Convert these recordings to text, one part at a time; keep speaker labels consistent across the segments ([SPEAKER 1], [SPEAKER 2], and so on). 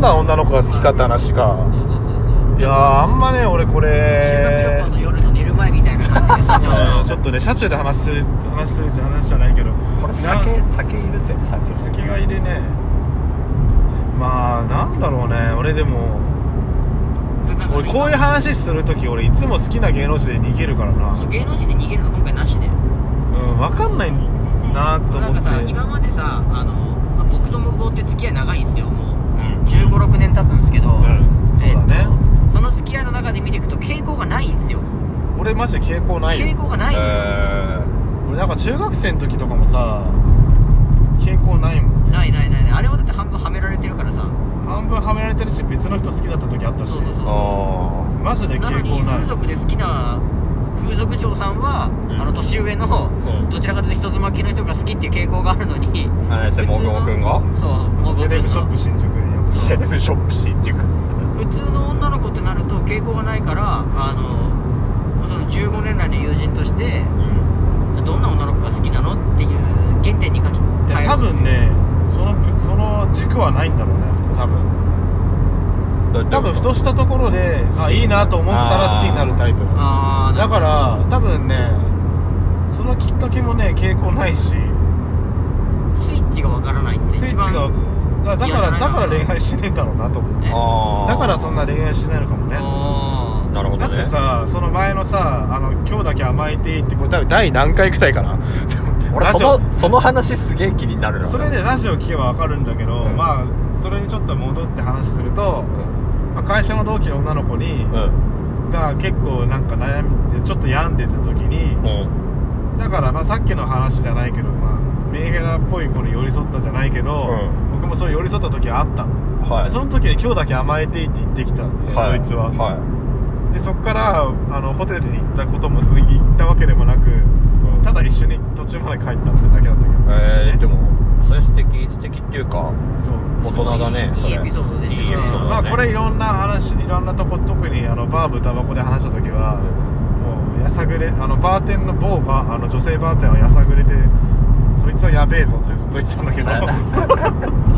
[SPEAKER 1] な女の子が好きかって話か
[SPEAKER 2] そうそうそうそう
[SPEAKER 1] いやーあんまね俺
[SPEAKER 2] 修
[SPEAKER 1] こ
[SPEAKER 2] 学
[SPEAKER 1] れ
[SPEAKER 2] 旅行の夜の寝る前みたいな感じでさちょう
[SPEAKER 1] うんち
[SPEAKER 2] ど
[SPEAKER 1] ょっとね車中で話す話す話じゃないけど
[SPEAKER 3] これ
[SPEAKER 1] な
[SPEAKER 3] 酒酒いるぜ酒
[SPEAKER 1] 酒が入れねまあなんだろうね俺でも俺こういう話する時俺いつも好きな芸能人で逃げるからな
[SPEAKER 2] そう芸能人で逃げるの今回なしで
[SPEAKER 1] うん分かんないなと
[SPEAKER 2] な
[SPEAKER 1] 思
[SPEAKER 2] ん
[SPEAKER 1] って
[SPEAKER 2] かさ今までさあの僕と向こうって付き合い長いんですよもう1 5 6年経つんですけど、
[SPEAKER 1] うんそうだね
[SPEAKER 2] えっとその付き合いの中で見ていくと傾向がないんですよ
[SPEAKER 1] 俺マジで傾向ないよ
[SPEAKER 2] 傾向がない
[SPEAKER 3] え
[SPEAKER 2] のよ、
[SPEAKER 1] 俺なんか中学生の時とかもさ傾向ないもん
[SPEAKER 2] ないないないないあれはだって半分はめられてるからさ
[SPEAKER 1] 半分はめられてるし別の人好きだった時あったし
[SPEAKER 2] そうそうそう
[SPEAKER 3] ー、あ
[SPEAKER 1] マジで
[SPEAKER 2] なの
[SPEAKER 1] 傾
[SPEAKER 2] に
[SPEAKER 1] 向な
[SPEAKER 2] 風
[SPEAKER 1] い
[SPEAKER 2] 俗で好きな風俗嬢さんは、
[SPEAKER 3] ん
[SPEAKER 2] あの年上の
[SPEAKER 1] うん
[SPEAKER 2] どちらかというと人妻系の人が好きっていう傾向があるの に
[SPEAKER 3] あえそれもぐもくんが
[SPEAKER 2] そうもう
[SPEAKER 1] セレブショップ新宿に
[SPEAKER 3] セレブショップシーっていうか
[SPEAKER 2] 普通の女の子ってなると傾向がないからあのその15年来の友人としてどんな女の子が好きなのっていう原点に書き
[SPEAKER 1] いや
[SPEAKER 2] 換える
[SPEAKER 1] 多分ねそのその軸はないんだろうね多分多分ふとしたところであいいなと思ったら好きになるタイプ
[SPEAKER 2] ああ
[SPEAKER 1] だから多分ねそのきっかけもね傾向ないし
[SPEAKER 2] スイッチがわからないって
[SPEAKER 1] スイッチ
[SPEAKER 2] 一番
[SPEAKER 1] がだだ
[SPEAKER 2] 嫌
[SPEAKER 1] か
[SPEAKER 2] じゃ
[SPEAKER 1] ら
[SPEAKER 2] ない
[SPEAKER 1] だ
[SPEAKER 2] な
[SPEAKER 1] から恋愛しねえんだろうなと思う
[SPEAKER 2] ね
[SPEAKER 3] ああ
[SPEAKER 1] だからそんな恋愛しないのかもね
[SPEAKER 2] あー
[SPEAKER 3] なるほ
[SPEAKER 1] だ
[SPEAKER 3] ど
[SPEAKER 1] っ
[SPEAKER 3] ね
[SPEAKER 1] てさその前のさあの「今日だけ甘えていい」ってこれ多分第何回くらいかな
[SPEAKER 3] 俺
[SPEAKER 1] ラジ
[SPEAKER 3] そ
[SPEAKER 1] オ
[SPEAKER 3] のその話すげえ気になるな
[SPEAKER 1] それでラジオ聞けばわかるんだけど、
[SPEAKER 3] うん
[SPEAKER 1] まあそれにちょっと戻って話すると、まあ、会社の同期の女の子に、
[SPEAKER 3] うん
[SPEAKER 1] が結構なんか悩んでちょっと病んでた時に、
[SPEAKER 3] うん
[SPEAKER 1] だからまあさっきの話じゃないけど、まあ、メンヘラっぽい子に寄り添ったじゃないけど、
[SPEAKER 3] うん
[SPEAKER 1] 僕もそう寄り添った時はあったの、
[SPEAKER 3] はい
[SPEAKER 1] その時に今日だけ甘えていいって言ってきたんで、
[SPEAKER 3] はい
[SPEAKER 1] そいつは、
[SPEAKER 3] はい
[SPEAKER 1] でそっからあのホテルに行ったことも行ったわけでもなく
[SPEAKER 3] うん
[SPEAKER 1] ただ一緒に途中まで帰ったってだけだったけど
[SPEAKER 3] えー、で
[SPEAKER 1] ね
[SPEAKER 3] もそれ素敵素敵っていうか
[SPEAKER 1] そう
[SPEAKER 3] 大人だね
[SPEAKER 2] いい
[SPEAKER 3] それ
[SPEAKER 2] いいエピソードですよ
[SPEAKER 3] いいエピソード
[SPEAKER 1] ま
[SPEAKER 3] だ
[SPEAKER 1] あ
[SPEAKER 3] ね
[SPEAKER 1] これいろんな話いろんなとこ特にあのバーブタバコで話した時はもうやさぐれあのバーテンの某バーあの女性バーテンはやさぐれてそいつはやべえぞってずっと言ってたんだけど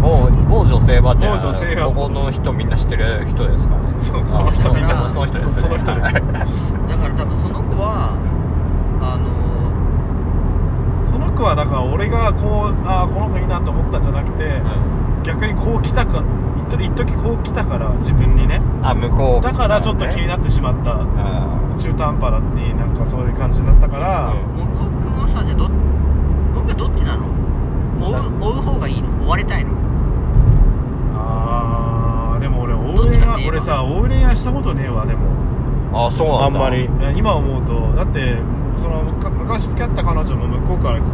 [SPEAKER 3] 某某女性はね
[SPEAKER 1] 某女性は
[SPEAKER 3] ここの人みんな知ってる人ですかね
[SPEAKER 1] そう
[SPEAKER 3] あの人
[SPEAKER 2] み
[SPEAKER 3] み
[SPEAKER 2] ん
[SPEAKER 3] ん
[SPEAKER 2] な
[SPEAKER 3] なその人です、ね、
[SPEAKER 1] そその人です
[SPEAKER 2] だから多分その子はあの
[SPEAKER 1] その子はだから俺がこうああこの子いいなと思ったんじゃなくて、逆にこう来たか一時一時こう来たから自分にね
[SPEAKER 3] あ向こう
[SPEAKER 1] だからちょっと気に
[SPEAKER 3] る
[SPEAKER 1] なってしまった中途半端になんかそういう感じになったから、
[SPEAKER 3] うん
[SPEAKER 2] もぐくんはさじゃあど僕はどっちなの追う追う方がいいの追われたいの
[SPEAKER 1] あーでも俺
[SPEAKER 2] ど
[SPEAKER 1] 応
[SPEAKER 2] っちだっ
[SPEAKER 1] 援
[SPEAKER 2] て
[SPEAKER 1] は
[SPEAKER 2] 今
[SPEAKER 1] 俺さ応援はしたことねえわでも
[SPEAKER 3] あそうなんだ
[SPEAKER 1] あんまり今思うとだってそのむか昔付き合った彼女も向こうから告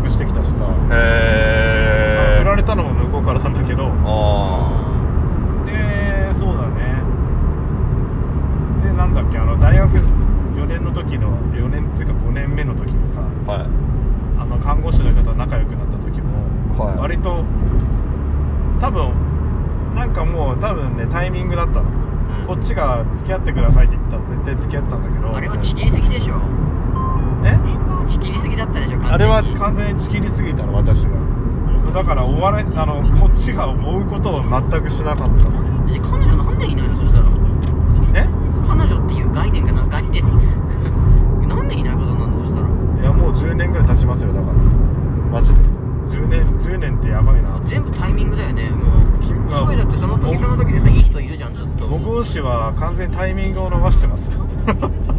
[SPEAKER 1] 白してきたしさ、
[SPEAKER 3] へ
[SPEAKER 1] 振ら
[SPEAKER 3] え
[SPEAKER 1] れたのも向こうからなんだけど
[SPEAKER 3] あ
[SPEAKER 1] でそうだねでなんだっけあの大学4年の時の4年っていうか5年目の時にさ
[SPEAKER 3] あはい
[SPEAKER 1] あの看護師の人と仲良くなった時も、
[SPEAKER 3] はい
[SPEAKER 1] 割と多分なんかもう多分ねタイミングだったの、
[SPEAKER 3] うん
[SPEAKER 1] こっちが付き合ってくださいって言ったら絶対付き合ってたんだけど
[SPEAKER 2] あれはちぎりすぎでしょ
[SPEAKER 1] え
[SPEAKER 2] ちぎりすぎだったでしょ完全に
[SPEAKER 1] あれは完全にちぎりすぎたの私がだからお笑いあのこっちが追うことを全くしなかったの
[SPEAKER 2] え彼女なんでいないのそしたら
[SPEAKER 1] え
[SPEAKER 2] 彼女っていう概念がな概念なんでいないことなんだそしたら
[SPEAKER 1] いやもう10年ぐらい経ちますよだからマジで10年10年ってやばいな
[SPEAKER 2] 全部タイミングだよねもうす
[SPEAKER 1] 君が
[SPEAKER 2] ごいだってその時その時でさいい人いるじゃんずっと
[SPEAKER 1] 僕推しは完全にタイミングを逃してます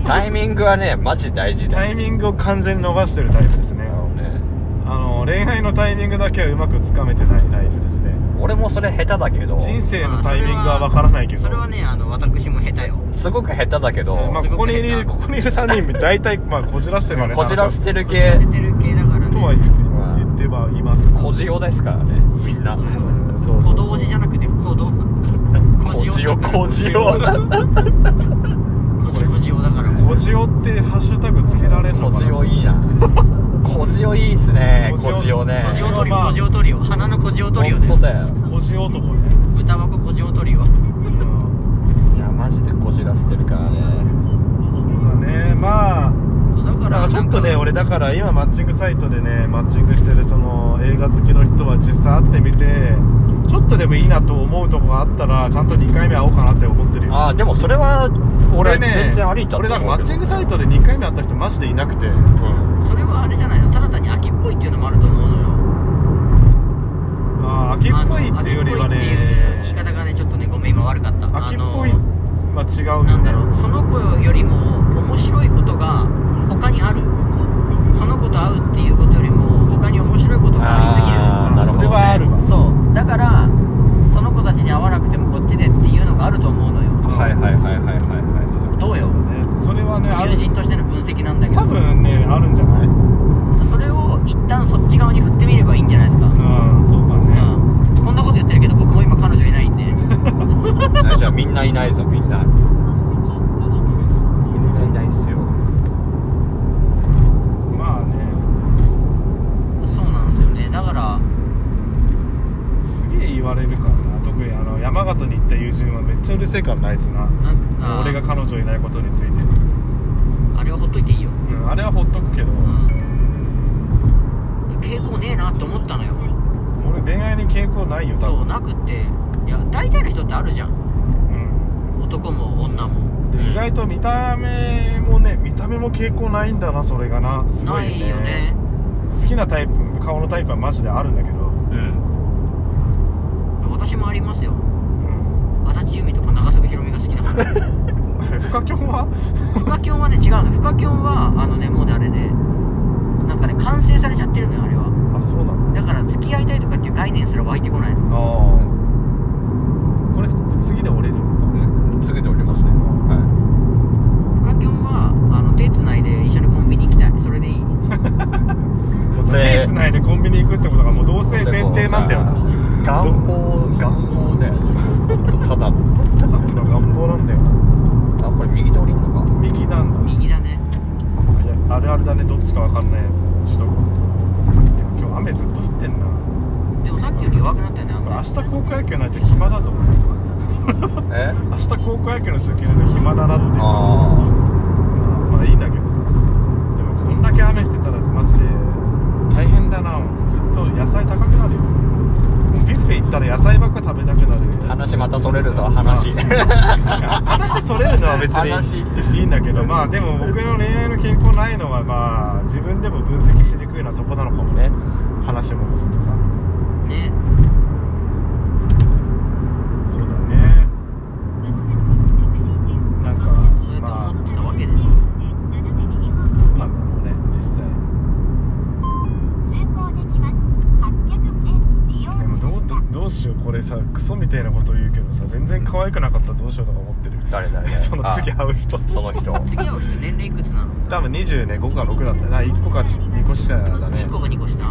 [SPEAKER 3] タイミングはねマジ大事だ
[SPEAKER 1] タ
[SPEAKER 3] よ
[SPEAKER 1] イミングを完全に逃してるタイプですね
[SPEAKER 3] なるほどね
[SPEAKER 1] あの恋愛のタイミングだけはうまくつかめてないタイプですね
[SPEAKER 3] 俺もそれ下手だけど
[SPEAKER 1] 人生
[SPEAKER 2] ま
[SPEAKER 1] の
[SPEAKER 2] あ
[SPEAKER 1] タイミングはわからないけど
[SPEAKER 2] それはねあの私も下手よ
[SPEAKER 3] すごく下手だけど、
[SPEAKER 1] まあ、
[SPEAKER 2] すご
[SPEAKER 1] こ
[SPEAKER 2] く
[SPEAKER 1] こにい
[SPEAKER 2] 変
[SPEAKER 1] る
[SPEAKER 2] な
[SPEAKER 1] ここにいる3人大体まあこじらしてるよね
[SPEAKER 3] こじらせてる
[SPEAKER 2] 痩
[SPEAKER 3] 系
[SPEAKER 2] せてる系だからね
[SPEAKER 1] とは言う言ってはいます
[SPEAKER 3] 小じよですからねみんな
[SPEAKER 1] そうそう
[SPEAKER 2] 小
[SPEAKER 1] そう
[SPEAKER 2] 動じじゃなくて小動
[SPEAKER 3] 小じよ小じ
[SPEAKER 1] よ
[SPEAKER 3] よ
[SPEAKER 2] 小じ小じよだから
[SPEAKER 1] こじおってハッシュタグつけら れるの
[SPEAKER 3] 小
[SPEAKER 1] か
[SPEAKER 3] じ
[SPEAKER 1] な
[SPEAKER 3] よいいな小じよいいっすね
[SPEAKER 1] 小
[SPEAKER 3] 小
[SPEAKER 1] じ
[SPEAKER 3] じ
[SPEAKER 1] よ
[SPEAKER 3] よね
[SPEAKER 2] 小じトリオ
[SPEAKER 1] ま
[SPEAKER 2] 小
[SPEAKER 1] あ
[SPEAKER 2] じトリオ花の小じトリオで
[SPEAKER 3] 本当だよ
[SPEAKER 1] こじ男ね、
[SPEAKER 2] 豚箱小じトリオ
[SPEAKER 1] うん、
[SPEAKER 3] いやマジでこじらせてるからね
[SPEAKER 1] そうだねまあ
[SPEAKER 2] そうだか
[SPEAKER 1] だかららちょっと
[SPEAKER 2] な
[SPEAKER 1] ね
[SPEAKER 2] んか
[SPEAKER 1] 俺だから今マッチングサイトでねマッチングしてるその映画好きの人は実際会ってみてちょっととでもいいなと思うとこがあったらちゃんと2回目会おうかなって思ってるよ
[SPEAKER 3] ああでもそれは俺全然ありだと
[SPEAKER 1] 俺
[SPEAKER 3] 思
[SPEAKER 1] な
[SPEAKER 3] うけど
[SPEAKER 1] んかマッチングサイトで2回目会った人マジでいなくて
[SPEAKER 3] うん
[SPEAKER 2] それはあれじゃないのただ単に秋っぽいっていうのもあると思うのよ
[SPEAKER 1] ああ秋っぽいっていうよりは
[SPEAKER 2] あの秋っぽいっていう言い
[SPEAKER 1] ね
[SPEAKER 2] 方がねちょっとねごめん今悪かった
[SPEAKER 1] 秋っぽい
[SPEAKER 2] あの
[SPEAKER 1] は違うよね
[SPEAKER 2] なんだろうその子よりも面白いことが他にあるその子と会うっていうことよりも他に面白いことがあ
[SPEAKER 3] あーなるほどね
[SPEAKER 1] それはあるわ
[SPEAKER 2] りすぎるそうだからその子たちに会わなくてもこっちでっていうのがあると思うのよ
[SPEAKER 3] はいはいはいはいはいは
[SPEAKER 2] どうよ
[SPEAKER 1] ねそれはねある
[SPEAKER 2] 友人としての分析なんだけど
[SPEAKER 1] 多分ねあるんじゃない
[SPEAKER 2] それを一旦そっち側に振ってみればいいんじゃないですか、
[SPEAKER 1] うんそうだね
[SPEAKER 2] うんこんなこと言ってるけど僕も今彼女いないんで
[SPEAKER 3] い大丈夫みんないないぞみんなみんないないっすよ
[SPEAKER 1] まあね
[SPEAKER 2] そうなんですよねだから
[SPEAKER 1] すげえ言われるからな特にあの山形に行った友人はめっちゃうるせえからなあいつな
[SPEAKER 2] なんあー
[SPEAKER 1] 俺が彼女いないことについて、
[SPEAKER 2] あれはほっといていいよ
[SPEAKER 1] うん、あれはほっとくけど、
[SPEAKER 2] うん傾向ねえなって思ったのよ
[SPEAKER 1] 俺恋愛に傾向ないよ多
[SPEAKER 2] そう
[SPEAKER 1] 分
[SPEAKER 2] なくっていや大体の人ってあるじゃん
[SPEAKER 1] うん
[SPEAKER 2] 男も女も
[SPEAKER 1] で意外と見た目もね見た目も傾向ないんだなそれがなすご
[SPEAKER 2] ない
[SPEAKER 1] よね
[SPEAKER 2] いよね
[SPEAKER 1] 好きなタイプ顔のタイプはマジであるんだけど、
[SPEAKER 3] うん
[SPEAKER 2] 私もありますよ
[SPEAKER 1] うん、
[SPEAKER 2] 足立由美とか長澤ひろみが好きだから
[SPEAKER 1] あれ深きょんは
[SPEAKER 2] フカキョンはね違うのフカキョンはあのねもうねあれねなんかね完成されちゃってるのよあれは
[SPEAKER 1] あそうなの
[SPEAKER 2] だから付き合いたいとかっていう概念すら湧いてこないの
[SPEAKER 1] ああこれ次で折れる
[SPEAKER 3] うん次で降りますね
[SPEAKER 2] フ
[SPEAKER 3] は
[SPEAKER 2] カキョンはあの手つないで一緒にコンビニ行きたいそれでいい
[SPEAKER 3] それ
[SPEAKER 1] 手つないでコンビニ行くってことがもう同性前提なんだよな
[SPEAKER 3] もうさ願望願望だよねほんとただの
[SPEAKER 1] ただの願望なんだよな
[SPEAKER 3] あこれ右で降りるのか
[SPEAKER 1] 右なんだ
[SPEAKER 2] 右だね
[SPEAKER 1] いやあれあれだねどっちかわかんないやつしとこうてか今日雨ずっと降ってんな
[SPEAKER 2] でもさっきより弱くなったよねあん
[SPEAKER 1] こ
[SPEAKER 2] ま
[SPEAKER 1] れ明
[SPEAKER 2] り
[SPEAKER 1] 日高校野球ないと暇だぞ
[SPEAKER 3] え
[SPEAKER 1] 明日高校野球の集計ないと暇だなって言ってたし
[SPEAKER 3] あ
[SPEAKER 1] まあいいんだけどさでもこんだけ雨降ってたらマジで大変だなずっと野菜高くなるよもうビュッフェ行ったら野菜ばっか食べたくなるよ
[SPEAKER 3] あ話またそれるぞ話
[SPEAKER 1] 話それるのは別
[SPEAKER 3] 話
[SPEAKER 1] にいいんだけどまあでも僕の恋愛の傾向ないのはまあ自分でも分析しにくいのはそこなのかもね話を戻すとさ
[SPEAKER 2] ね
[SPEAKER 1] そうだねまあでもね
[SPEAKER 4] なんか、まあ、
[SPEAKER 1] 実際でもどうどどうしようこれさクソみたいなこと言うけどさ全然可愛くなかったらどうしようとか思ってる
[SPEAKER 3] 誰誰 誰
[SPEAKER 1] その次
[SPEAKER 3] あ
[SPEAKER 1] 会う人
[SPEAKER 3] その人
[SPEAKER 2] 次会う人年齢いくつなの
[SPEAKER 1] 多分20ね5か6だったな1個か2個下だね
[SPEAKER 2] 1個か2個下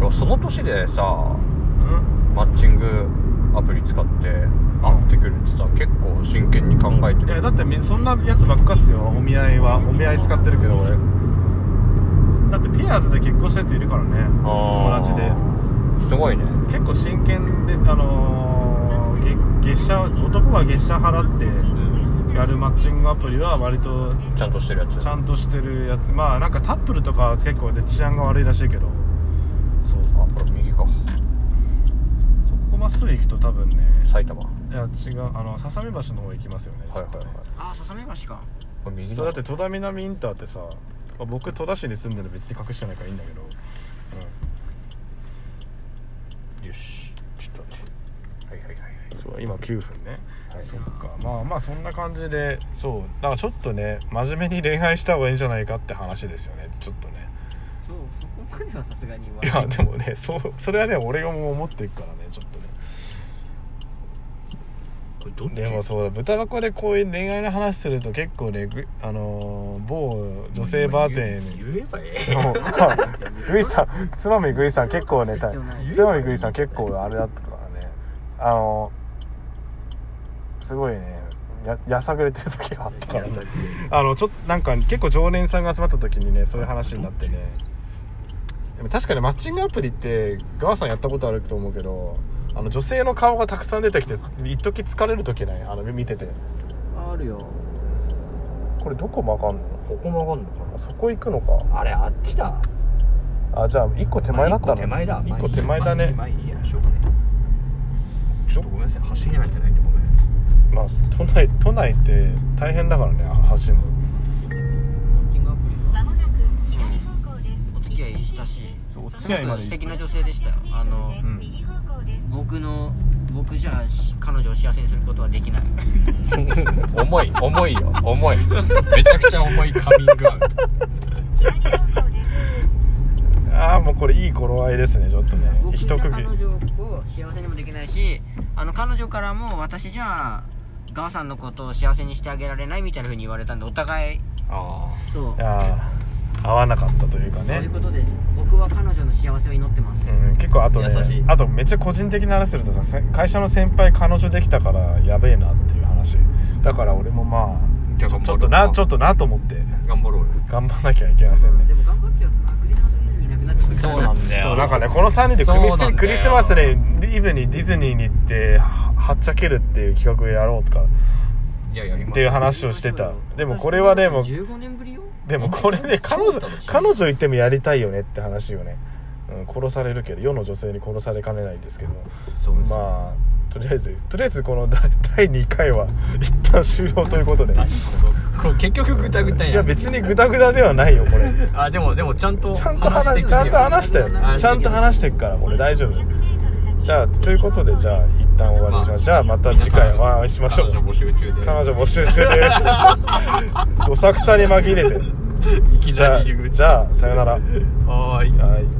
[SPEAKER 3] いやその年でさ
[SPEAKER 1] うん
[SPEAKER 3] マッチングアプリ使って会ってくるってさ結構真剣に考えて
[SPEAKER 1] いや
[SPEAKER 3] る
[SPEAKER 1] だってみそんなやつばっかっすよお見合いはお見合い使ってるけど俺だってピアーズで結婚したやついるからね
[SPEAKER 3] あ
[SPEAKER 1] 友
[SPEAKER 3] ー
[SPEAKER 1] 達です
[SPEAKER 3] ごいね
[SPEAKER 1] 結構真剣であのー、げ月謝男が月謝払ってやるマッチングアプリは割と
[SPEAKER 3] ちゃんとしてるやつ
[SPEAKER 1] ちゃんとしてるやつまあなんかタップルとかは結構で治安が悪いらしいけどそう
[SPEAKER 3] あこれ右か
[SPEAKER 1] そこまっすぐ行くと多分ね
[SPEAKER 3] 埼玉はい
[SPEAKER 1] や違うあの笹目橋の方行きますよね
[SPEAKER 3] いはいはい
[SPEAKER 2] ああささめ橋か
[SPEAKER 3] これ右
[SPEAKER 1] そ
[SPEAKER 3] だ
[SPEAKER 1] うだって戸田南インターってさ、まあ僕戸田市に住んでる別に隠してないからいいんだけど、
[SPEAKER 3] よしちょっと待ってはいはいはい
[SPEAKER 1] うん、そう今9分ね
[SPEAKER 3] はい
[SPEAKER 1] そっかまあまあそんな感じでそうだからちょっとね真面目に恋愛した方がいいんじゃないかって話ですよねちょっとね
[SPEAKER 2] そうそこまではさすがに言わ
[SPEAKER 1] いやでもねそうそれはね俺がもう思っていくからねちょっとね
[SPEAKER 3] これどっち
[SPEAKER 1] でもそうだ豚箱でこういう恋愛の話すると結構ねぐあのー某女性バーテンに
[SPEAKER 3] 言えばえ
[SPEAKER 1] もうあ グイさんつまみグイさん結構ねた
[SPEAKER 2] 必要ない
[SPEAKER 1] つまみグイさん結構あれだったからねあのすごいねややさぐれてる時があったからねあのちょっとなんか結構常連さんが集まった時にねそういう話になってねでも確かにマッチングアプリってガワさんやったことあると思うけどあの女性の顔がたくさん出てきて一時疲れる時ないあの見てて
[SPEAKER 2] あるよ
[SPEAKER 1] これどこ曲がんの
[SPEAKER 3] ここ曲がんのか
[SPEAKER 1] あそこ行くのか
[SPEAKER 3] なあれあっちだ
[SPEAKER 1] あじゃあ1個手前だったの
[SPEAKER 3] まあ一個手前だ
[SPEAKER 1] 一個手前だね
[SPEAKER 3] まあいいやしょうがね
[SPEAKER 1] し
[SPEAKER 3] ちょ
[SPEAKER 1] ょ
[SPEAKER 3] っとごめんなさい走り慣れてないんでこの辺
[SPEAKER 1] まあ都内都内って大変だからね走るの
[SPEAKER 2] ッキングアプリが
[SPEAKER 4] まもなく左方向です。
[SPEAKER 2] お付き合いしたし
[SPEAKER 1] そうお付
[SPEAKER 2] き合いまで素敵な女性でしたよあの
[SPEAKER 1] うん
[SPEAKER 4] 右方向です。
[SPEAKER 2] 僕の僕じゃし彼女を幸せにすることはできない
[SPEAKER 3] 重い重いよ重いめちゃくちゃ重いカミングアウト
[SPEAKER 4] 左方向です。
[SPEAKER 1] ああもうこれいい頃合いですねちょっとね
[SPEAKER 2] 僕じ
[SPEAKER 1] 一
[SPEAKER 2] ゃ
[SPEAKER 1] 区
[SPEAKER 2] 彼
[SPEAKER 1] 切
[SPEAKER 2] 女を幸せにもできないしあの彼女からも私じゃガーさんのことを幸せにしてあげられないみたいな風に言われたんでお互い
[SPEAKER 3] あ
[SPEAKER 2] そう
[SPEAKER 1] りああ合わなかったというか
[SPEAKER 2] そうい
[SPEAKER 1] ね
[SPEAKER 2] うことです僕は彼女の幸せを祈ってます
[SPEAKER 1] うん、結構あとね
[SPEAKER 3] 優しい
[SPEAKER 1] あとめっちゃ個人的な話するとさせ会社の先輩彼女できたからやべえなっていう話だから俺もまあち
[SPEAKER 3] じゃあ
[SPEAKER 1] ょ
[SPEAKER 3] 頑張ろう
[SPEAKER 1] ちょっとなちょっとなと思って
[SPEAKER 3] あ頑張ろうよ
[SPEAKER 1] 頑張んなきゃいけませんね
[SPEAKER 2] でも頑張っちゃうとなクリスマスディズニーなくなっちゃうから
[SPEAKER 3] そうなんだよ
[SPEAKER 1] そうなんかねこの3人でクリ
[SPEAKER 3] そうなんだ
[SPEAKER 1] ス
[SPEAKER 3] よ
[SPEAKER 1] クリスマスでイブにディズニーに行ってははっちゃけるっていう企画をやろうとか
[SPEAKER 3] いややりま
[SPEAKER 1] っ
[SPEAKER 3] す
[SPEAKER 1] ていう話をしてたでもこれはでも
[SPEAKER 2] 15年ぶりよ
[SPEAKER 1] でもこれね彼女彼女いてもやりたいよねって話よね、うん、殺されるけど世の女性に殺されかねないんですけど
[SPEAKER 3] そうですね
[SPEAKER 1] まあとりあえずとりあえずこのだ 第2回は一旦終了ということで
[SPEAKER 3] 何このこれ結局グダグダやん
[SPEAKER 1] いや別にグダグダではないよこ れ
[SPEAKER 3] あでもでもちゃんと
[SPEAKER 1] ちゃんと
[SPEAKER 3] 話
[SPEAKER 1] 話
[SPEAKER 3] してくれ
[SPEAKER 1] ちゃんと話したよ
[SPEAKER 3] あ
[SPEAKER 1] ちゃんと話してっからこれ大丈夫
[SPEAKER 4] 500メートル先
[SPEAKER 1] じゃあということでじゃあ一旦終わりにしましょうじゃあまた次回お会いしましょう
[SPEAKER 3] 彼女募集中で
[SPEAKER 1] 彼女募集中です どさくさに紛れて
[SPEAKER 3] いき
[SPEAKER 1] じ
[SPEAKER 3] な
[SPEAKER 1] ゃ
[SPEAKER 3] り入り
[SPEAKER 1] あ
[SPEAKER 3] 口
[SPEAKER 1] じゃあさよならは
[SPEAKER 3] はーい
[SPEAKER 1] い